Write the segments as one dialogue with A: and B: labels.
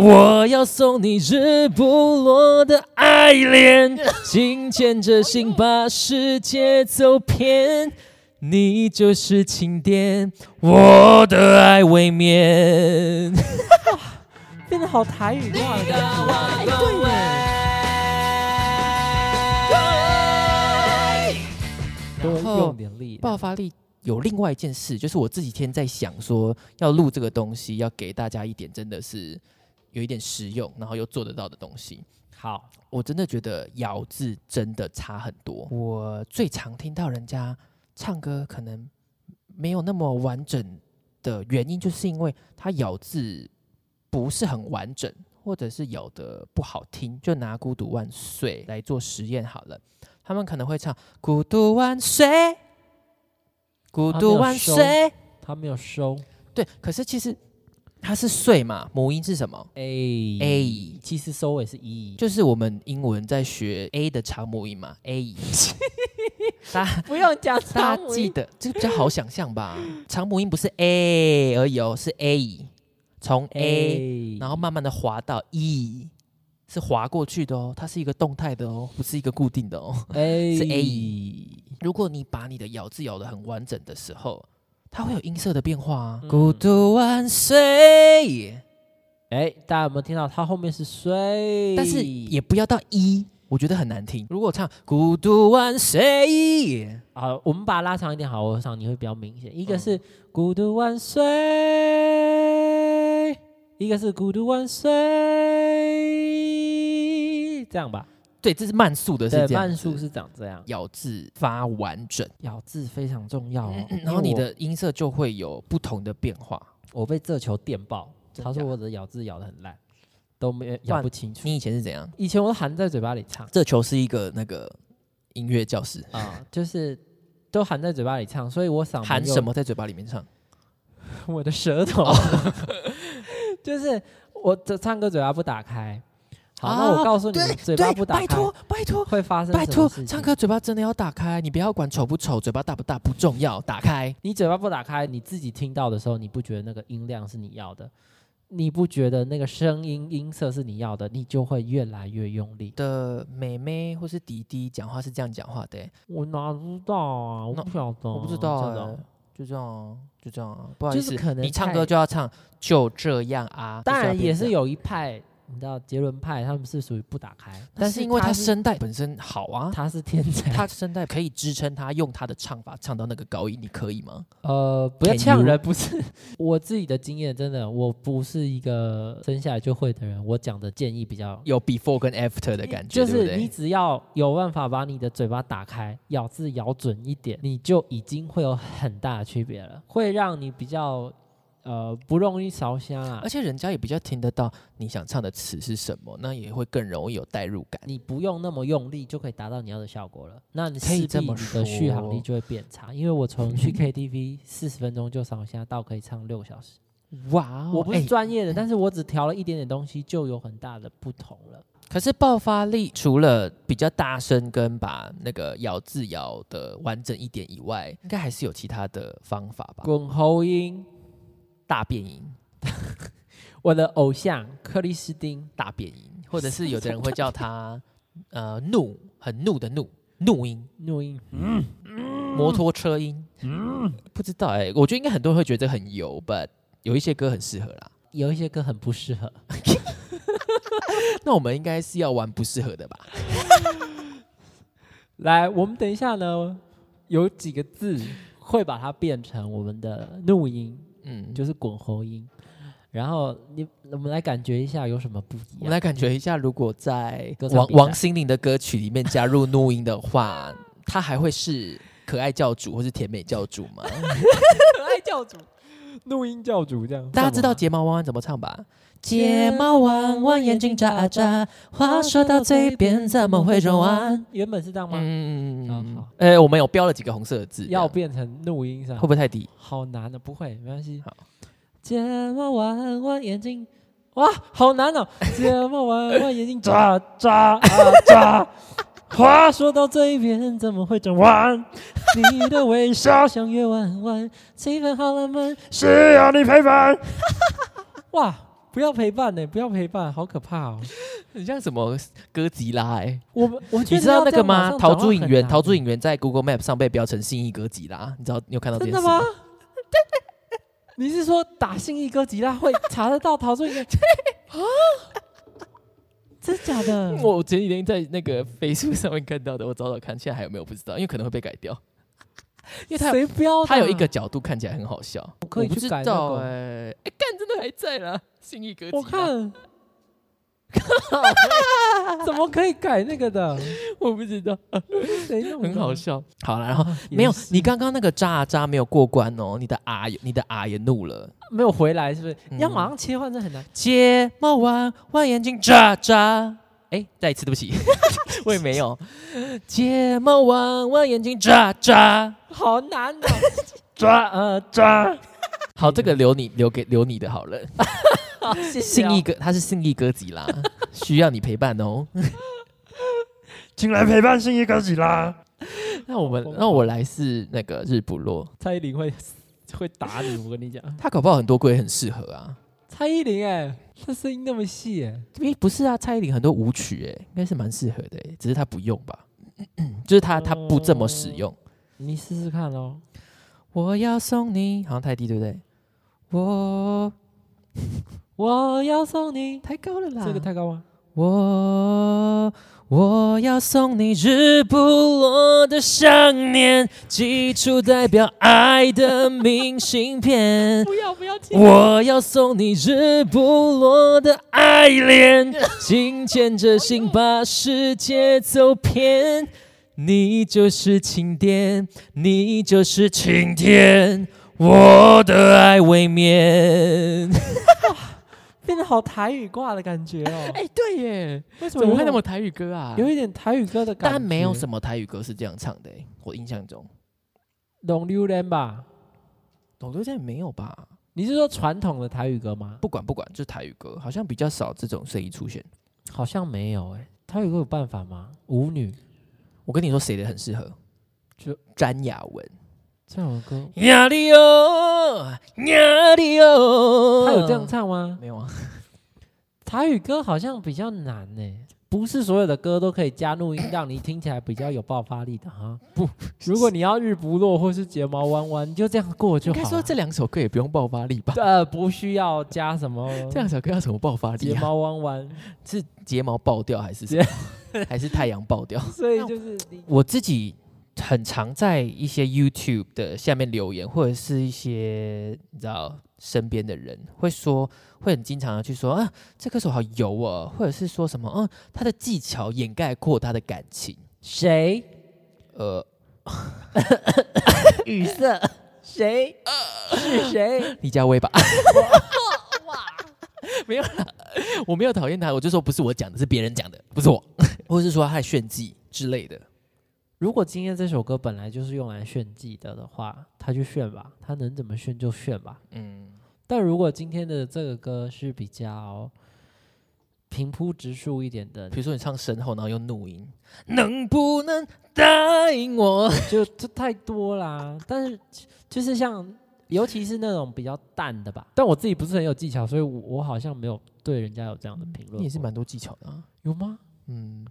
A: 我要送你日不落的爱恋，心牵着心把世界走遍，你就是晴天，我的爱未眠。
B: 变得好台语化了。哎，对耶，
A: 对，多
B: 然后
A: 用点力量。
B: 爆发力
A: 有另外一件事，就是我这几天在想说，要录这个东西，要给大家一点真的是有一点实用，然后又做得到的东西。
B: 好。
A: 我真的觉得咬字真的差很多。我最常听到人家唱歌可能没有那么完整的原因，就是因为他咬字不是很完整，或者是咬的不好听。就拿《孤独万岁》来做实验好了，他们可能会唱“孤独万岁”，“孤
B: 他没
A: 独
B: 有
A: 万
B: 收
A: 岁”，
B: 他没有收
A: 对，可是其实它是岁嘛，母音是什么哎
B: A
A: ？a，
B: 哎其实收尾是 E，
A: 就是我们英文在学 a 的长母音嘛，a。大
B: 不用讲
A: 哎大家记得，这个比较好想象 吧？长母音不是 a 而已哦，是 a，从 a，然哎后慢慢的滑到 e，是滑过去的哦，它是一个动态的哦，不是一个固定的哦。
B: A
A: 是 A。如果你把你的咬字咬得很完整的时候，它会有音色的变化啊。
B: 嗯
A: 孤独万岁。
B: 哎，大家有没有听到？它后面是睡，
A: 但是也不要到一，我觉得很难听。如果我唱“孤独万岁
B: 好，啊我们把它拉长一点，好，我想你会比较明显。一个
A: 嗯
B: 是孤独万岁，一个是孤独万岁，这样吧？”，
A: 对，这是慢速的，是
B: 对，
A: 这样
B: 慢
A: 子
B: 速是长这样，
A: 咬字发完整，
B: 咬字非常重要哦。
A: 然后你
B: 因为
A: 的音色就会有不同的变化。
B: 我，我被这球电爆，
A: 真
B: 他
A: 假
B: 说我的咬字咬得很烂，都没有
A: 不然
B: 咬不清楚。
A: 你以前是怎样？
B: 以前我都含在嘴巴里唱
A: 这球是一个那个音乐教室，
B: 啊、就是都含在嘴巴里唱，所以我嗓门
A: 含
B: 又
A: 什么在嘴巴里面唱？
B: 我的舌头， 就是我这唱歌嘴巴不打开。好，
A: 啊
B: 那我告诉你
A: 对
B: 们，嘴巴
A: 对
B: 不打
A: 拜
B: 开
A: 托，拜托，
B: 会发生
A: 拜
B: 什么
A: 托
B: 事，情
A: 唱歌嘴巴真的要打开，你不要管丑不丑，嘴巴大不大不重要，打开。
B: 你嘴巴不打开，你自己听到的时候，你不觉得那个音量是你要的，你不觉得那个声音音色是你要的，你就会越来越用力。
A: 的妹妹或是弟弟讲话是这样讲话的欸、
B: 我哪知道啊？我
A: 那
B: 不晓得啊，
A: 我不知道、
B: 真
A: 欸，
B: 的啊
A: 就这样啊，就这样啊，不好
B: 就
A: 意
B: 是
A: 思，
B: 可能
A: 你唱
B: 太
A: 歌就要唱就这样啊，
B: 当然也
A: 就是要
B: 有
A: 变这样，
B: 一派，你知道杰伦派，他们是属于不打开，
A: 但
B: 但
A: 是因为
B: 他
A: 他声带本身好啊，
B: 他是天才，
A: 他声带可以支撑他用他的唱法唱到那个高音，你可以吗？
B: 呃，不要
A: Can
B: 呛
A: you？
B: 人，不是我自己的经验，真的，我不是一个生下来就会的人，我讲的建议比较。
A: 有 before 跟 after 的感觉，
B: 就
A: 对不
B: 是你
A: 对？
B: 只要有办法把你的嘴巴打开，咬字咬准一点，你就已经会有很大的区别了，会让你比较呃不容易烧香啊
A: 而。且人家也比较听得到你想唱的词是什么，那也会更容易有代入感。
B: 你不用那么用力就可以达到你要的效果了，那你
A: 可
B: 势
A: 以
B: 必
A: 这
B: 你
A: 么
B: 的续航力
A: 说
B: 就会变差。因为我从 去 KTV 四十分钟就烧香到可以唱六小时，
A: 哇
B: 我不是
A: 哎
B: 专业的，但是我只调了一点点东西，就有很大的不同了。
A: 可是爆发力除了比较大声跟把那个咬字咬的完整一点以外，应该还是有其他的方法吧？
B: 滚喉音，
A: 大变音。
B: 我的偶像克里斯汀，
A: 大变音，或者是有的人会叫它 呃怒，很怒的怒，怒音、
B: 怒音，
A: 摩托车音。不知道哎、我觉得应该很多人会觉得很油，but 有一些歌很适合啦。
B: 有一些歌很不适合。
A: 那我们应该是要玩不适合的吧？
B: 来，我们等一下呢，有几个字会把它变成我们的怒音，
A: 嗯，就
B: 就是滚喉音。然后你，我们来感觉一下有什么不一
A: 我们
B: 样。
A: 来感觉一下，如果在
B: 歌唱
A: 王
B: 比赛
A: 王心凌的歌曲里面加入怒音的 话，她还会是可爱教主或是甜美教主 吗？
B: 可爱教主，怒音教主这样。
A: 大家知道
B: 干嘛
A: 睫毛弯弯怎么唱吧？
B: 睫毛弯弯眼睛眨啊眨，话说到嘴边怎么会转弯？？原本是这样吗？
A: 嗯嗯嗯嗯
B: 好
A: 嗯
B: 好。
A: 哎、我们有标了几个红色的字，
B: 要
A: 这样
B: 变成怒音上
A: 会不，会太低？
B: 好难的、啊不会，没关系。
A: 好，
B: 睫毛弯弯眼睛，哇，好难 哦！睫毛弯弯眼睛，眨眨啊眨。话说到这边怎么会转 弯？你的微笑像啊月弯弯，气氛好浪漫，需要你陪伴。哇，不要陪伴呢、不要陪伴，好可怕哦！
A: 很像什么哥吉拉哎、
B: 我们我觉
A: 你
B: 得
A: 知道那个吗？
B: 陶
A: 逃出影园，逃出影园在 Google Map 上被标成信义哥吉拉，你知道你有看到这
B: 真
A: 件
B: 的
A: 事吗
B: 吗？？ 你是说打信义哥吉拉会查得到逃出 影园啊？真的假的？
A: 我前几天在那个 Facebook 上面看到的，我找找看，现在还有没有不知道，因为可能会被改掉。因为它有
B: 谁标的啊？
A: 它有一个角度看起来很好笑，
B: 我可以
A: 我不
B: 去
A: 知
B: 改那
A: 道
B: 个。
A: 哎、哎、干真的还在啦，信义哥啊吉拉。
B: 我 看，怎么可以改那个的？
A: 我不知道，
B: 谁弄的
A: 很好笑。 好了，然后
B: 啊也
A: 没有
B: 是
A: 你刚刚那个渣啊渣没有过关哦，你的 R 也你的 R 也怒了。
B: 没有回来，是不是？
A: 嗯
B: 要马上切换，这很难。
A: 睫毛弯弯啊眼睛眨眨。哎，再一次，对不起， 我也没有。睫毛弯弯眼睛眨眨。
B: 好难 哦！抓呃抓，
A: 啊好，这个留你留给留你的好了。
B: 好谢谢
A: 信
B: 啊
A: 义哥，他是信义哥 吉拉，需要你陪伴 哦。
B: 请来陪伴信义哥吉拉。
A: 那我们
B: 好疯，
A: 那我来是那个日不落，
B: 蔡依林会会打你，我跟你讲。
A: 他搞不好很多歌也很适合啊。
B: 蔡依林哎、她声音那么细哎、
A: 诶，不是啊，蔡依林很多舞曲哎，应该是蛮适合的诶，只是他不用吧， 就是他他不这么使用。
B: 你试试看喽。
A: 我要送你，好像太低对不对？我
B: 我要送你，
A: 太高了啦
B: 这个太高吗？
A: 我我要送你日不落的想念，寄出代表爱的明信片。
B: 不要不要听
A: 我要送你日不落的爱 恋，请牵着心把世界走遍。你就是晴天，你就是晴天，我的爱未眠。
B: 变得好台语挂的感觉哦、
A: 哎、对耶，
B: 为什
A: 怎么会那
B: 有
A: 么
B: 一种
A: 台语歌啊？
B: 有一点台语歌的感觉？
A: 但没有什
B: 么
A: 么台语歌是这样唱的、欸，我印象中，
B: 龙榴莲吧？
A: 董流在没有吧？
B: 你是说传统的台语歌吗？
A: 不管不管，就是台语歌，好像比较少这种声音出现。
B: 好像没有哎、台语歌有办法吗？舞女
A: 我跟你说，谁的很适合？
B: 就
A: 詹雅文。
B: 这首歌，
A: 雅里哦，雅里哦，
B: 她有这样唱吗？
A: 没有啊？
B: 台语歌好像比较难呢、不是所有的歌都可以加录音，让你听起来比较有爆发力的哈。
A: 不，
B: 如果你要日不落或是睫毛弯弯，你就这样过就
A: 应
B: 好
A: 该
B: 了。
A: 说这两首歌也不用爆发力吧？
B: 呃不需要加什么
A: 这两首歌要什么爆发
B: 睫
A: 力啊？
B: 毛弯 弯，
A: 是睫毛爆掉还是什 么 还是太阳爆掉？
B: 所以就是你
A: 我自己很常在一些 YouTube 的下面留言，或者是一些你知道身边的人会说，会很经常的去说啊，这歌手好油哦，或者是说什么，嗯，他的技巧掩盖过他的感情，
B: 谁
A: 呃，
B: 语 塞，谁是谁？
A: 李佳薇吧。 没有啦，我没有讨厌他，我就说不是我讲的，是别人讲的，不是我， 或者是说他的炫技之类的。
B: 如果今天这首歌本来就是用来炫技的的话，他就炫吧，他能怎么炫就炫吧。
A: 嗯，
B: 但如果今天的这个歌是比较平铺直述一点的
A: 比，如说你唱神吼，然后用怒音，能不能答应我？
B: 就这太多 啦。但是就是像，尤其是那种比较淡的吧。但我自己不是很有技巧，所以我我好像没有对人家有这样的评论过。
A: 你也是蛮多技巧的、啊。
B: 有吗？
A: 嗯，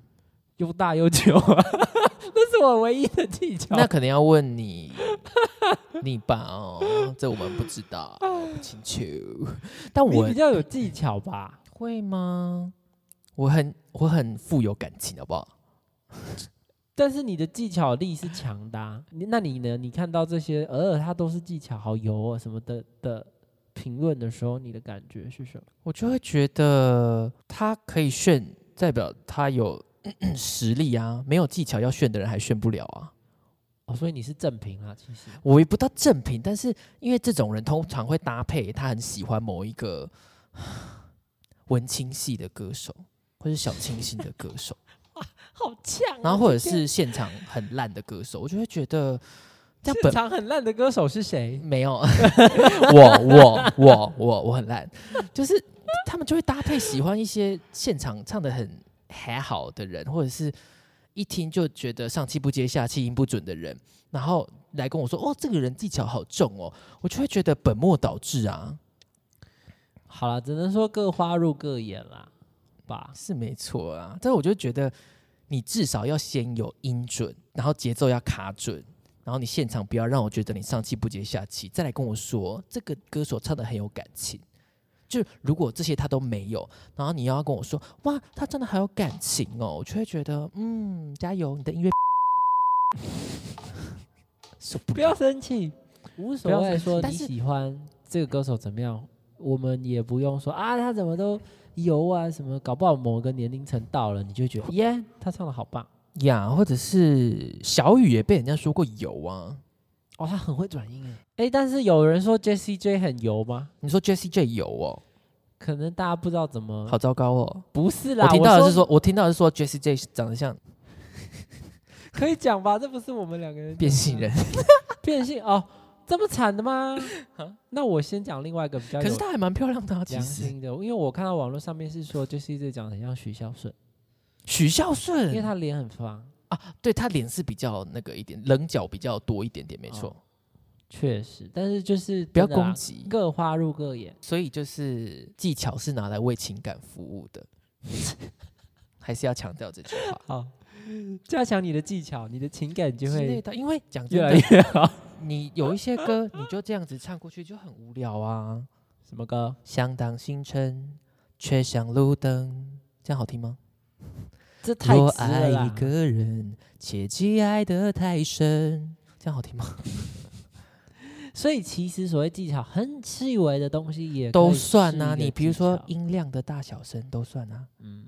B: 又大又久啊， 那是我唯一的技巧。
A: 那可能要问 你你爸哦，这我们不知 道，不清楚。但
B: 你
A: 我
B: 比较有技巧吧？
A: 会吗？我很我很富有感情，好不好？
B: 但是你的技巧力是强的、啊，你那你呢？你看到这些，偶尔它都是技巧，好油啊什么的的评论的时候，你的感觉是什么？
A: 我就会觉得他可以炫，代表他有 实力啊。没有技巧要炫的人还炫不了啊。
B: 哦，所以你是正评啊，其实
A: 我也不到正品，但是因为这种人通常会搭配他很喜欢某一个 文青系的歌手，或是小清新的歌手。
B: 好呛、啊
A: 然后或者是现场很烂的歌手，我就会觉得这样
B: 现
A: 本
B: 场很烂的歌手是谁？
A: 没有 我我我我我很烂，就是他们就会搭配喜欢一些现场唱的很还好的人，或者是一听就觉得上气不接下气、音不准的人，然后来跟我说哦，这个人技巧好重哦，我就会觉得本末倒置啊。
B: 好了，只能说各花入各眼啦，吧？
A: 是没错啊。但我就觉得你至少要先有音准，然后节奏要卡准，然后你现场不要让我觉得你上气不接下气，再来跟我说这个歌手唱的很有感情。就如果这些他都没有，然后你要跟我说哇，他真的好有感情哦，我就会觉得嗯，加油，你的音乐受 不
B: 不
A: 了
B: 要。生气，无
A: 不
B: 所
A: 要
B: 谓。
A: 生气
B: 说你
A: 但是
B: 喜欢这个歌手怎么样，我们也不用说啊，他怎么都油啊什么，搞不好某个年龄层到了，你就会觉得耶，他唱的好棒
A: 呀或者是小雨也被人家说过油啊。
B: 哦，他很会转音哎。哎，但是有人说 J C J 很油吗？
A: 你说 Jessie J 油哦，
B: 可能大家不知道怎么，
A: 好糟糕哦。
B: 不是啦，
A: 我听到的
B: 我
A: 是说，我听到的是说 Jessie J 长得像
B: 可以讲吧，这不是我们两个人
A: 变性人，
B: 变性哦，这么惨的 吗？那我先讲另外一个比较有
A: 啊可是她还蛮漂亮的、啊。其
B: 良
A: 实
B: 心的，因为我看到网络上面是说 J C J 长得很像许孝顺，
A: 许孝
B: 因为
A: 顺，
B: 他脸很方。
A: 对她脸是比较那个一点，棱角比较多一点点，没错。
B: 确实，但是就是
A: 不要
B: 哦真的啦啊
A: 攻击
B: 各花入各眼。
A: 所以就是技巧是拿来为情感服务的， 还是要强调这句话。
B: 好，加强你的技巧，你的情感就
A: 之类
B: 会
A: 的，因为讲真
B: 越来
A: 的，
B: 越好。
A: 你有一些歌你就这样子唱过去就很无聊啊。
B: 什么歌？
A: 相当星辰，却像路灯，这样好听吗？
B: 这太
A: 若
B: 直
A: 爱
B: 了
A: 一
B: 啦。
A: 个人，切记爱得太深，这样好听吗？
B: 所以其实所谓技巧，很细微的东西也可以
A: 都算
B: 是
A: 啊，
B: 一个
A: 你比如说
B: 技巧
A: 音量的大小声都算啊。
B: 嗯，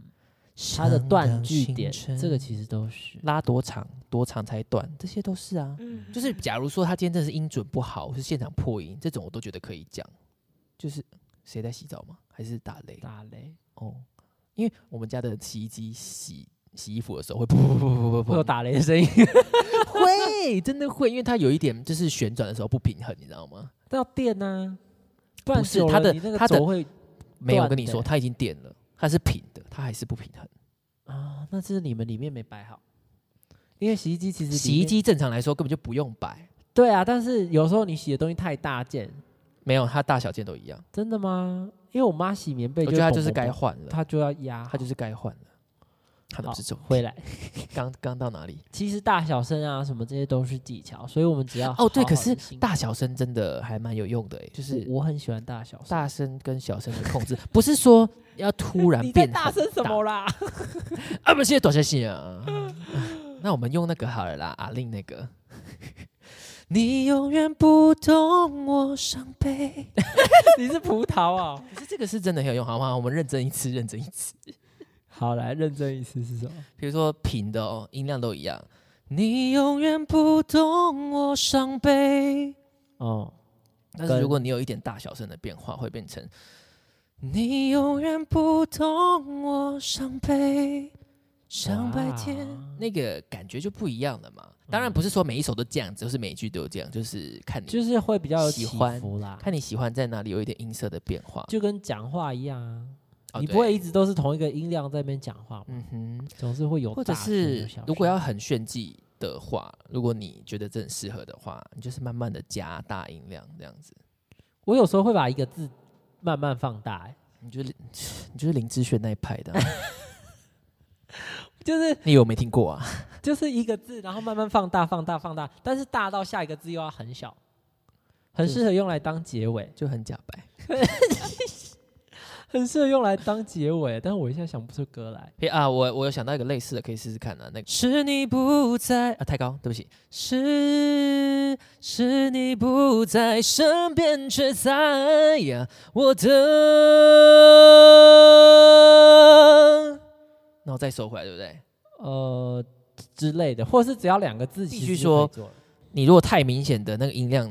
A: 它
B: 它的断句点，这个其实都是
A: 拉多长，多长才短，这些都是啊。就是假如说他今天真的是音准不好，或是现场破音，这种我都觉得可以讲。就是谁在洗澡吗？还是打雷？
B: 打雷，
A: 哦，因为我们家的洗衣机洗洗衣服的时候会噗噗噗噗噗
B: 会有
A: 噗噗，
B: 打雷的 声音，
A: 会真的会，因为它有一点就是旋转的时候不平衡，你知道吗？
B: 那要电呢？不然
A: 啊不是
B: 久了
A: 它的
B: 你那
A: 它
B: 个
A: 的
B: 轴会
A: 没有，
B: 断
A: 我跟你
B: 的
A: 说，它已经点了，它是平的，它还是不平衡。
B: 啊，那是你们里面没摆好，因为洗衣机其实里
A: 洗衣
B: 面
A: 机正常来说根本就不用摆，
B: 对啊，但是有时候你洗的东西太大件，
A: 没有，它大小件都一样。
B: 真的吗？因为我妈洗棉被，
A: 我觉得它就是该，换了，
B: 她就要压好，
A: 它就是该换了。它的
B: 好
A: 不是重
B: 回来。
A: 点，刚刚到哪里？
B: 其实大小声啊什么这些都是技巧，所以我们只要
A: 哦，对，
B: 好
A: 可
B: 好地
A: 是
B: 欣赏
A: 大小声真的还蛮有用的，哎，就
B: 我
A: 是
B: 我很喜欢大小声，
A: 大声跟小声的控制，不是说要突
B: 啊
A: 然变很
B: 啦？
A: 啊，不是多谢谢啊。 那我们用那个好了啦，阿令那个。 你永远不懂我伤悲。
B: 你是葡萄啊？
A: 可是这个是真的很有用，好吗？我们认真一次，认真一次。
B: 好，来认真一次是什么？
A: 比如说平的哦，音量都一样。你永远不懂我伤悲。
B: 哦，
A: 但是
B: 跟
A: 如果你有一点大小声的变化，会变成你永远不懂我伤悲，上百
B: 啊
A: 天
B: 哇，嗯
A: 那个感觉就不一样了嘛。当然不是说每一首都这样子，就是每一句都这样，就是看你
B: 就是会比较有
A: 喜
B: 起
A: 欢
B: 伏啦，
A: 看你喜欢在哪里有一点音色的变化。
B: 就跟讲话一样啊，
A: 哦
B: 你不
A: 对
B: 会一直都是同一个音量在那边讲话嘛，
A: 嗯哼，
B: 总是会有
A: 或者
B: 大声有
A: 是
B: 小声
A: 如果要很炫技的话，如果你觉得这很适合的话，你就是慢慢的加大音量这样子。
B: 我有时候会把一个字慢慢放大、欸，
A: 你就是你就是林志炫那一派的啊、
B: 就是
A: 你以为我没听过啊？
B: 就是一个字，然后慢慢放大、放大、放大，但是大到下一个字又要很小，很适合用来当结尾，
A: 就很假白。
B: 很适合用来当结尾。但是我一下想不出歌来，
A: 嘿啊，我我有想到一个类似的，可以试试看啊。那个是你不在啊，太高，对不起。是是你不在身边，却在呀我的。那我再收回来，对不对？
B: 呃之类的，或是只要两个字，
A: 必
B: 其
A: 须
B: 实就可以
A: 说
B: 做了
A: 你如果太明显的那个音量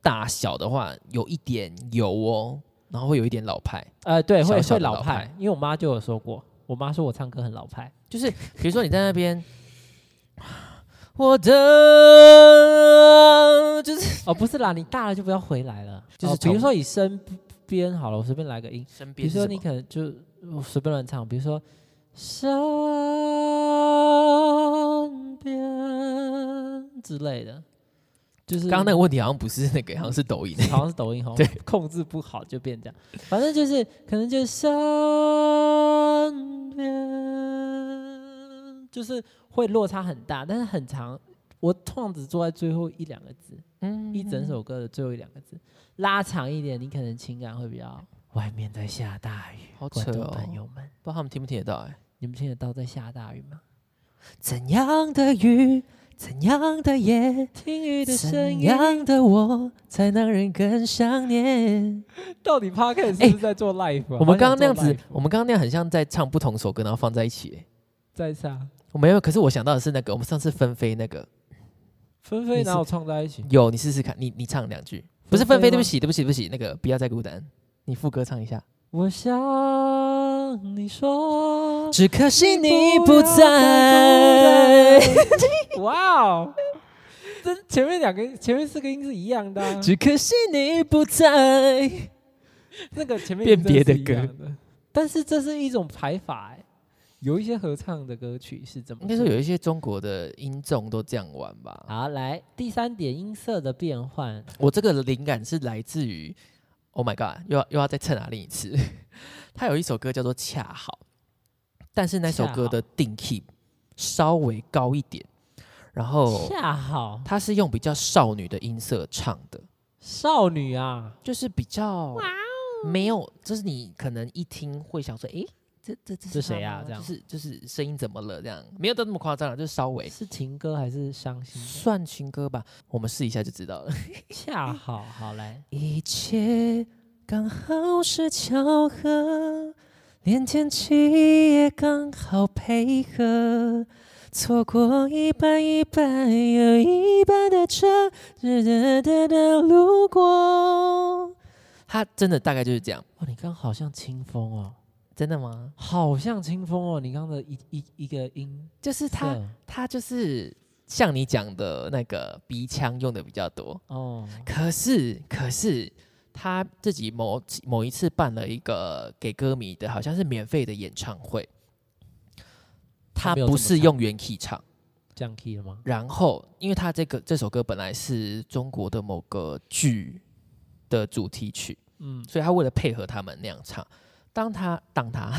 A: 大小的话，有一点油哦，然后会有一点老派。
B: 呃，对，
A: 小
B: 会
A: 小
B: 会
A: 的老
B: 老
A: 派
B: 派，因为我妈就有说过，我妈说我唱歌很老派，
A: 就是比如说你在那边，我的就是
B: 哦，不是啦，你大了就不要回来 了，
A: 就是
B: 哦比如
A: 从
B: 说以身边好了，我随便来个音。
A: 身
B: 比
A: 边
B: 如
A: 是什
B: 说
A: 么。
B: 你可能就我随便乱唱，比如说身边之类的，就是
A: 刚刚那个问题好像不是那个， 好像是抖音。
B: 好像是抖音，好
A: 对
B: 像控制不好就变这样。反正就是可能就是上面就是会落差很大，但是很长。我通常只做在最后一两个字，
A: 嗯
B: 一整首歌的最后一两个字，拉长一点，你可能情感会比较。外面在下大雨，
A: 好
B: 观
A: 扯
B: 众
A: 哦，
B: 朋友们，
A: 不知道他们听不听得到哎、
B: 你们听得到在下大雨吗？
A: 怎样的雨，怎样的夜，
B: 听雨的声
A: 怎
B: 音，
A: 样的我才能让人更想念？
B: 到底 p a r k 是不是在做 live？、啊
A: 哎我们刚刚那样子，我
B: 们
A: 们刚刚那样很像在唱不同首歌，然后放在一起、哎
B: 在下
A: 我没有，可是我想到的是那个，我们上次纷飞那个，
B: 纷飞
A: 你
B: 哪
A: 是
B: 有创在一起？
A: 有你试试看，你你唱两句，不是
B: 纷飞
A: 纷飞，对不
B: 吗
A: 起，对不起，对不起，那个不要再孤单，你副歌唱一下。
B: 我想你说，
A: 只可惜你
B: 不
A: 不
B: 要再
A: 在，
B: 孤哇哦，这前面两个前面四个音是一样的、啊，
A: 只可惜你不在。
B: 那个前面
A: 辨别的
B: 一样的，但是这是一种排法、欸，有一些合唱的歌曲是这么
A: 应该说
B: 做
A: 有一些中国的音众都这样玩吧。
B: 好来第三点音色的变换，
A: 我这个灵感是来自于，Oh my God，又要又要再蹭哪另一次。 他有一首歌叫做《恰好》，但是那首歌的定 key 稍微高一点，然后
B: 恰好
A: 他是用比较少女的音色唱的，
B: 少女啊，
A: 就是比较没有，就是你可能一听会想说，诶，这这这
B: 这
A: 是他
B: 谁啊
A: 吗
B: 这样
A: 就是就是声音怎么了？这样没有到那么夸张啊，就是稍微
B: 是情歌还是伤心 的？
A: 算情歌吧，我们试一下就知道了。
B: 恰好好来，
A: 一切刚好是巧合，连天气也刚好配合。错过一半一半又一半的车，哒哒哒哒路过。他真的大概就是这样，
B: 哦，你刚好像清风哦，
A: 真的吗？
B: 好像清风哦，你刚刚的一一一个音
A: 就是他，
B: 色
A: 他就是像你讲的那个鼻腔用的比较多。
B: 哦，
A: 可是，可是他自己某某一次办了一个给歌迷的，好像是免费的演唱会。
B: 他
A: 他
B: 没有
A: 不
B: 这么
A: 是
B: 唱
A: 用原 key 唱，
B: 降 key 了吗？
A: 然后因为他这个这首歌本来是中国的某个剧的主题曲，
B: 嗯，
A: 所以他为了配合他们那样唱。当他当他，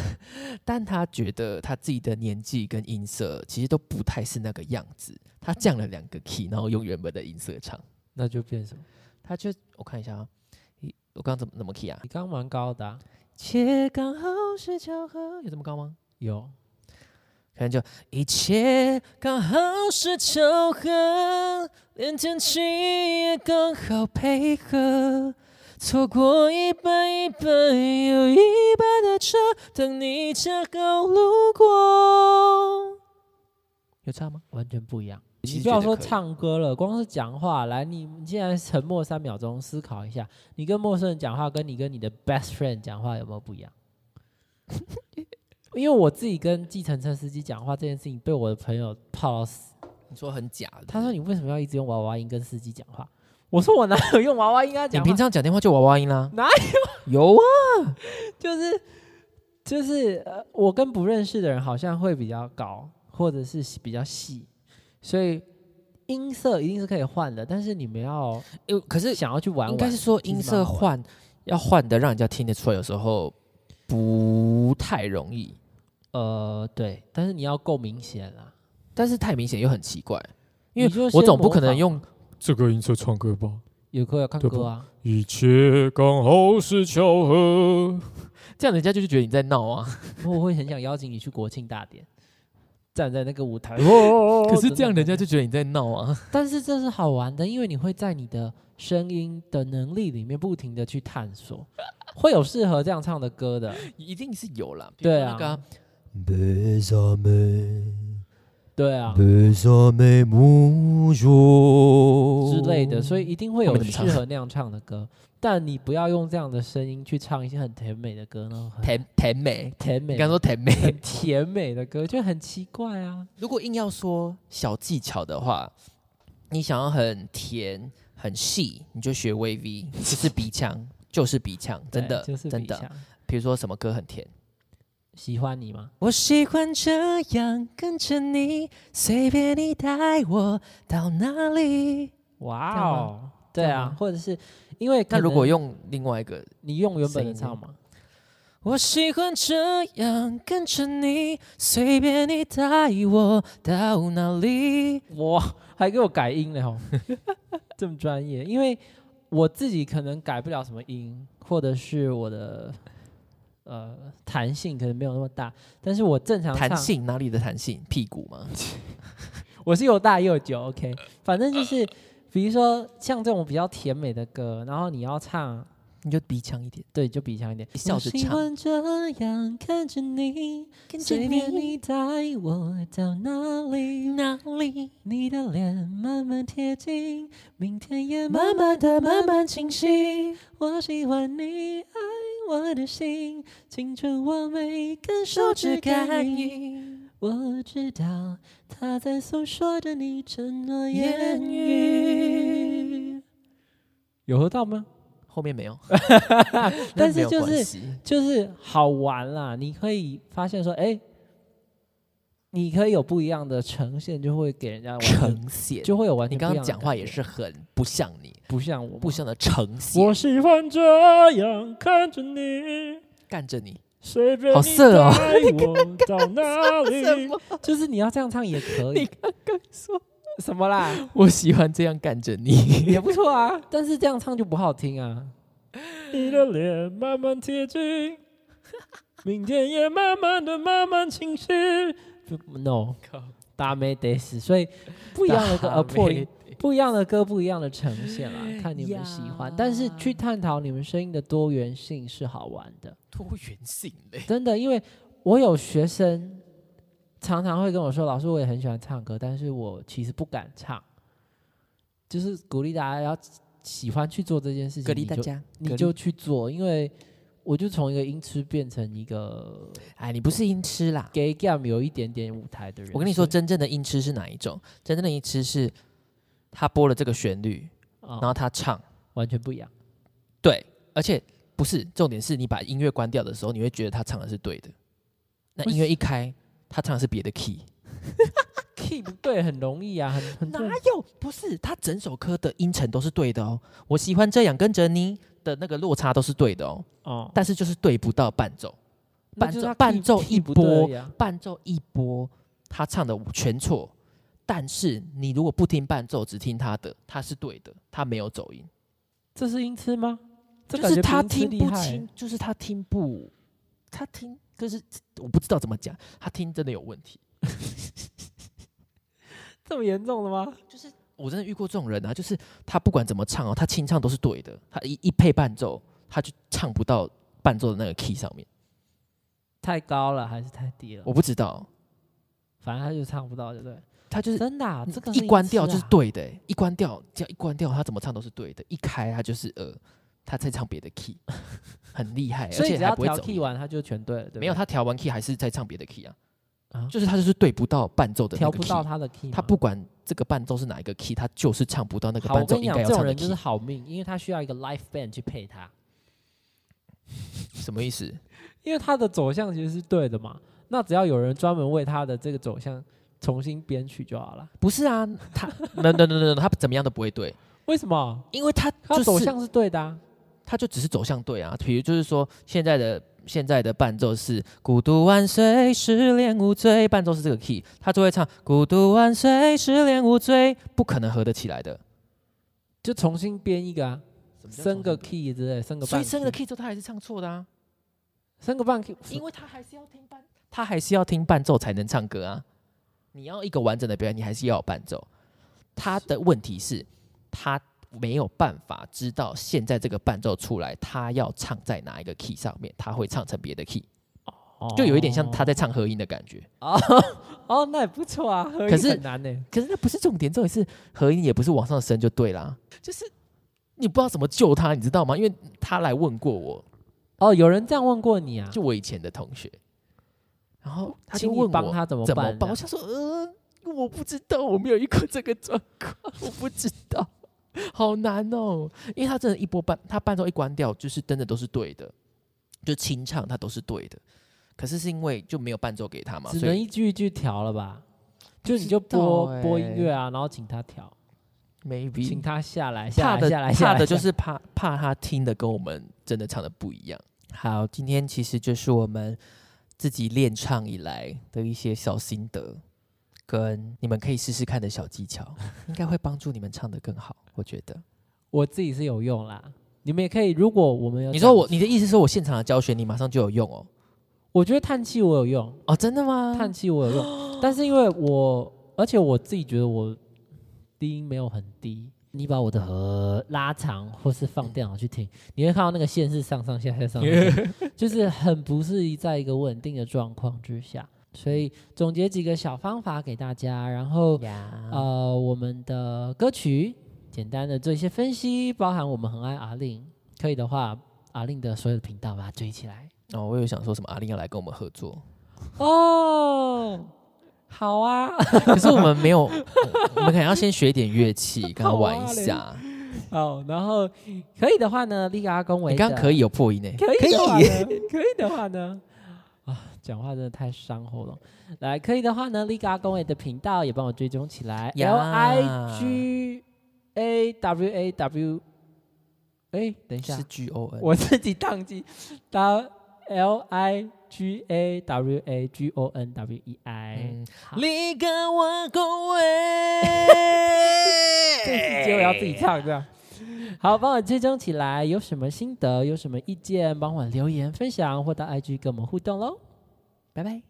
A: 但他觉得他自己的年纪跟音色其实都不太是那个样子，他降了两个 key，然后用原本的音色唱。
B: 那就变什么？
A: 他就我看一下啊，咦我刚刚怎么怎么 key 啊？
B: 你刚蛮高的啊、
A: 切刚好是巧合，有这么高吗？
B: 有
A: 可能就一切刚好是巧合，连天气也刚好配合。错过一半一半又一半的车，等你恰好路过。有差吗？
B: 完全不一样。
A: 其实
B: 你不要
A: 觉
B: 说
A: 得可以
B: 唱歌了，光是讲话，来，你你现在沉默三秒钟，思考一下，你跟陌生人讲话，跟你跟你的 best friend 讲话有没有不一样？ 因为我自己跟计程车司机讲话这件事情，被我的朋友泡到死。
A: 你说很假的。
B: 他说：“你为什么要一直用娃娃音跟司机讲话？”我说：“我哪有用娃娃音跟他
A: 你
B: 讲话
A: 平？常讲电话就娃娃音啦？
B: 哪
A: 有？有啊，
B: 就是就是呃，我跟不认识的人好像会比较高，或者是比较细，所以音色一定是可以换的，但是你们要
A: 呃可是
B: 想要去玩玩，
A: 应该是说
B: 其实
A: 音
B: 蛮
A: 色
B: 好玩
A: 换要换的，让人家听得出来，有时候不太容易，
B: 呃对，但是你要够明显啦，
A: 但是太明显又很奇怪，因
B: 你就
A: 为我
B: 先
A: 总不可
B: 模
A: 能
B: 仿
A: 用
C: 这个音色唱歌吧，
B: 有歌要看
C: 对吧
B: 歌啊，
C: 一切刚好是巧合。
A: 这样，人家就是觉得你在闹啊。
B: 我会很想邀请你去国庆大典，站在那个舞台，
C: 哦
A: 可是
B: 真
A: 这样，
B: 的
A: 人家就觉得你在闹啊。
B: 但是这是好玩的，因为你会在你的声音的能力里面不停的去探索，会有适合这样唱的歌的，
A: 一定是有啦，比如
B: 对
A: 说那
B: 啊
A: 个啊
C: Bésame,
B: 对啊。
C: bésame mucho
B: 之类的，所以一定会有
A: 后面哦怎
B: 适
A: 么唱
B: 合那样唱的歌，但你不要用这样的声音去唱一些很甜美的歌呢，很
A: 甜甜美，
B: 甜美，
A: 你刚说甜美，
B: 很甜美的歌就很奇怪啊。
A: 如果硬要说小技巧的话，你想要很甜很细，你就学微 V，就是鼻腔，就是鼻腔，真的，
B: 对就是
A: 真
B: 比
A: 的。
B: 较
A: 比如说什么歌很甜。
B: 喜欢你吗？
A: 我喜欢这样跟着你，随便你带我到哪里。这
B: 哇
A: 样
B: 哦
A: 吗，
B: 对
A: 这样
B: 啊
A: 吗，
B: 或者是因为可
A: 那如果
B: 能
A: 用另外一个，
B: 你用原本的
A: 声音
B: 唱嘛，
A: 我喜欢这样跟着你，随便你带我到哪里。
B: 哇，还给我改音了哦， 这么专业。因为我自己可能改不了什么音，或者是我的呃弹性可能没有那么大，但是我正常唱
A: 弹性哪里的弹性？屁股吗？
B: 我是又大又久，OK，反正就是比如说像这种比较甜美的歌，然后你要唱，
A: 你就鼻腔一 点，
B: 对，就鼻腔一点，
A: 你笑着
B: 我喜
A: 唱
B: 欢这样看着你，
A: 跟
B: 随便你带我到哪里哪里，你的脸慢慢贴近，明天也慢慢的慢慢清晰。我喜欢你爱我的心，清楚我每根手指感应。
A: 应。
B: 我知道他在诉说着你承诺言
A: 言
B: 语。有合到吗？
A: 后面没有，
B: 但
A: 那
B: 是
A: 没有
B: 就
A: 关
B: 是
A: 系
B: 就是好玩啦，你可以发现说，哎、你可以有不一样的呈现，就会给人家完全
A: 呈现。
B: 就会有完全
A: 你
B: 不一
A: 刚
B: 样的
A: 刚讲话也
B: 感觉
A: 是很不像你，
B: 不像我嘛，
A: 不像的呈现。
C: 我喜欢这样看着你，
A: 干着你，
C: 随便
A: 好
C: 你
A: 色哦
C: 带 我到哪里。
B: 就是你要这样唱也可
A: 你
B: 以。什么啦？
A: 我喜欢这样干着你。
B: 也不错啊，但是这样唱就不好听啊。
C: 你的脸慢慢贴近，明天也慢慢的慢慢清晰。
B: 就 no 大没得死，所以不一样的歌呃
A: 大
B: 破
A: 妹
B: 音，不一样的歌不一样的呈 现啦，看你们喜欢。但是去
A: 呀
B: 探讨你们声音的多元性是好玩的，
A: 多元性嘞，
B: 真的，因为我有学生常常会跟我说，老师我也很喜欢唱歌，但是我其实不敢唱，就是鼓励大家要喜欢去做这件事情，
A: 鼓励
B: 你
A: 大
B: 就
A: 家，
B: 你
A: 鼓励
B: 就去做，因为我就从一个音痴变成一个
A: 哎，你不是音痴啦。
B: gay game 有一点点舞台的人。
A: 我跟你说，
B: 所以
A: 真正的音痴是哪一种？真正的音痴是他播了这个旋律，
B: 啊
A: 然后他唱，
B: 完全不一样。
A: 对，而且不是重点是你把音乐关掉的时候，你会觉得他唱的是对的。那音乐一开，他唱的是别的 key，
B: key 不对很容易啊，很很
A: 哪
B: 重
A: 有？不是，他整首歌的音程都是对的哦。我喜欢这样跟着你的那个落差都是对的哦，
B: 哦，
A: 但是就是对不到伴奏。
B: 那
A: 伴
B: 就是
A: 奏
B: 他 key-
A: 伴奏
B: key
A: 一
B: 不对
A: 拨
B: 而已啊
A: 伴奏一播，他唱的全错。但是你如果不听伴奏，只听他的，他是对的，他没有走音，
B: 这是音痴吗？这
A: 就
B: 感觉
A: 是
B: 比
A: 他
B: 音痴
A: 听
B: 厉
A: 不
B: 害
A: 清，就是他听不，他听，可是我不知道怎么讲，他听真的有问题。
B: 这么严重的吗？
A: 我真的遇过这种人啊，就是他不管怎么唱哦，他清唱都是对的，他一一配伴奏，他就唱不到伴奏的那个 key 上面。
B: 太高了还是太低了？
A: 我不知道，
B: 反正他就唱不到，对不对？
A: 他就是
B: 真的啊，这个是
A: 一关掉
B: 音
A: 就
B: 痴
A: 是
B: 啊，
A: 对的欸、一关掉只要一关掉，他怎么唱都是对的，一开他就是呃，他在唱别的 key，很厉害，欸而
B: 所以
A: 且
B: 只
A: 还
B: 要
A: 不会
B: 调
A: 走
B: key
A: 音。
B: 完他就全对了，对不对
A: 没有，他调完 key 还是在唱别的 key 啊，
B: 啊
A: 就是他就是对不到伴奏的那
B: 调
A: 个
B: 不
A: key，
B: 到他的 key，吗
A: 他不管这个伴奏是哪一个 key，他就是唱不到那个
B: 好。我
A: 伴奏
B: 跟你
A: 应
B: 讲，
A: 该
B: 这种
A: 要唱的
B: 人就
A: key，
B: 是好命，因为他需要一个 live band 去配他，
A: 什么意思？
B: 因为他的走向其实是对的嘛。那只要有人专门为他的这个走向重新编曲就好了。
A: 不是啊，他 no no no no，no，他怎么样都不会对，
B: 为什么？
A: 因为他就
B: 他
A: 是
B: 走向是对的啊。
A: 他就只是走向对啊。比如就是说，现在的现在的伴奏是“孤独万岁，失恋无罪”，伴奏是这个 key，他就会唱“孤独万岁，失恋无罪”，不可能合得起来的。
B: 就重新编一个啊，升个
A: 重
B: key 之类，升个
A: 所以
B: 半，
A: 升了 key 之后，他还是唱错的啊，
B: 升个半 key，
A: 因为他还是要听伴，他还是要听伴奏才能唱歌啊。你要一个完整的表演，你还是要有伴奏。他的问题是，他没有办法知道现在这个伴奏出来，他要唱在哪一个 key 上面，他会唱成别的 key，就有一点像他在唱合音的感觉。
B: 哦哦，那也不错啊，合
A: 可
B: 音
A: 是
B: 很难呢。
A: 可是那不是重点，重点是合音也不是往上升就对啦，就是你不知道怎么救他，你知道吗？因为他来问过我，
B: 哦，有人这样问过你啊？
A: 就我以前的同学，然后他就
B: 请你
A: 问我
B: 帮他怎么
A: 怎么
B: 办？
A: 办，我想说，呃，我不知道，我没有遇过这个状况，我不知道，好难哦，因为他真的，一波伴他伴奏一关掉，就是真的都是对的，就清唱他都是对的，可是是因为就没有伴奏给他嘛，
B: 只
A: 所以
B: 能一句一句调了吧？就你
A: 知
B: 就
A: 道
B: 播
A: 欸
B: 播音乐啊，然后请他调。
A: maybe
B: 请他下来，下
A: 怕
B: 来，
A: 的
B: 下来，下
A: 怕
B: 来
A: 的就
B: 下
A: 是怕怕他听的跟我们真的唱的不一样。好，今天其实就是我们自己练唱以来的一些小心得，跟你们可以试试看的小 技巧，应该会帮助你们唱的更好。我觉得，
B: 我自己是有用啦。你们也可以，如果我们有
A: 你
B: 讲
A: 说我，你的意思是我现场的教学，你马上就有用哦？
B: 我觉得叹气我有用，
A: 哦，真的吗？
B: 叹气我有用，但是因为我，而且我自己觉得我低音没有很低，你把我的和拉长或是放电脑去听，你会看到那个线是上上下下上上下下就是很不是在一个稳定的状况之下。所以总结几个小方法给大家，然后
A: 呀，
B: 呃，我们的歌曲简单的做一些分析，包含我们很爱阿令，可以的话，阿令的所有的频道把它追起来。
A: 哦，我有想说什么阿令要来跟我们合作，
B: 哦，好啊，
A: 可是我们没 有，我我们可能要先学一点乐器，跟他玩一下。
B: 好，哦然后可以的话呢，立个阿公为
A: 你刚刚可
B: 以，
A: 以有破音呢，
B: 可以的啊话呢， 可以的话呢。啊，讲话真的太伤喉咙。来，可以的话呢，立个阿公伟的频道也帮我追踪起来
A: 呀
B: ，L I G A W A W。哎，等一下
A: 是，G O N。
B: 我自己宕机，W L I G A W A G O N W E I。
A: 嗯
B: 好
A: 你跟我恭维
B: ，这次结尾要自己唱这样。 好，帮我追踪起来，有什么心得，有什么意见，帮我留言分享，或到 IG 跟我们互动喽。拜拜。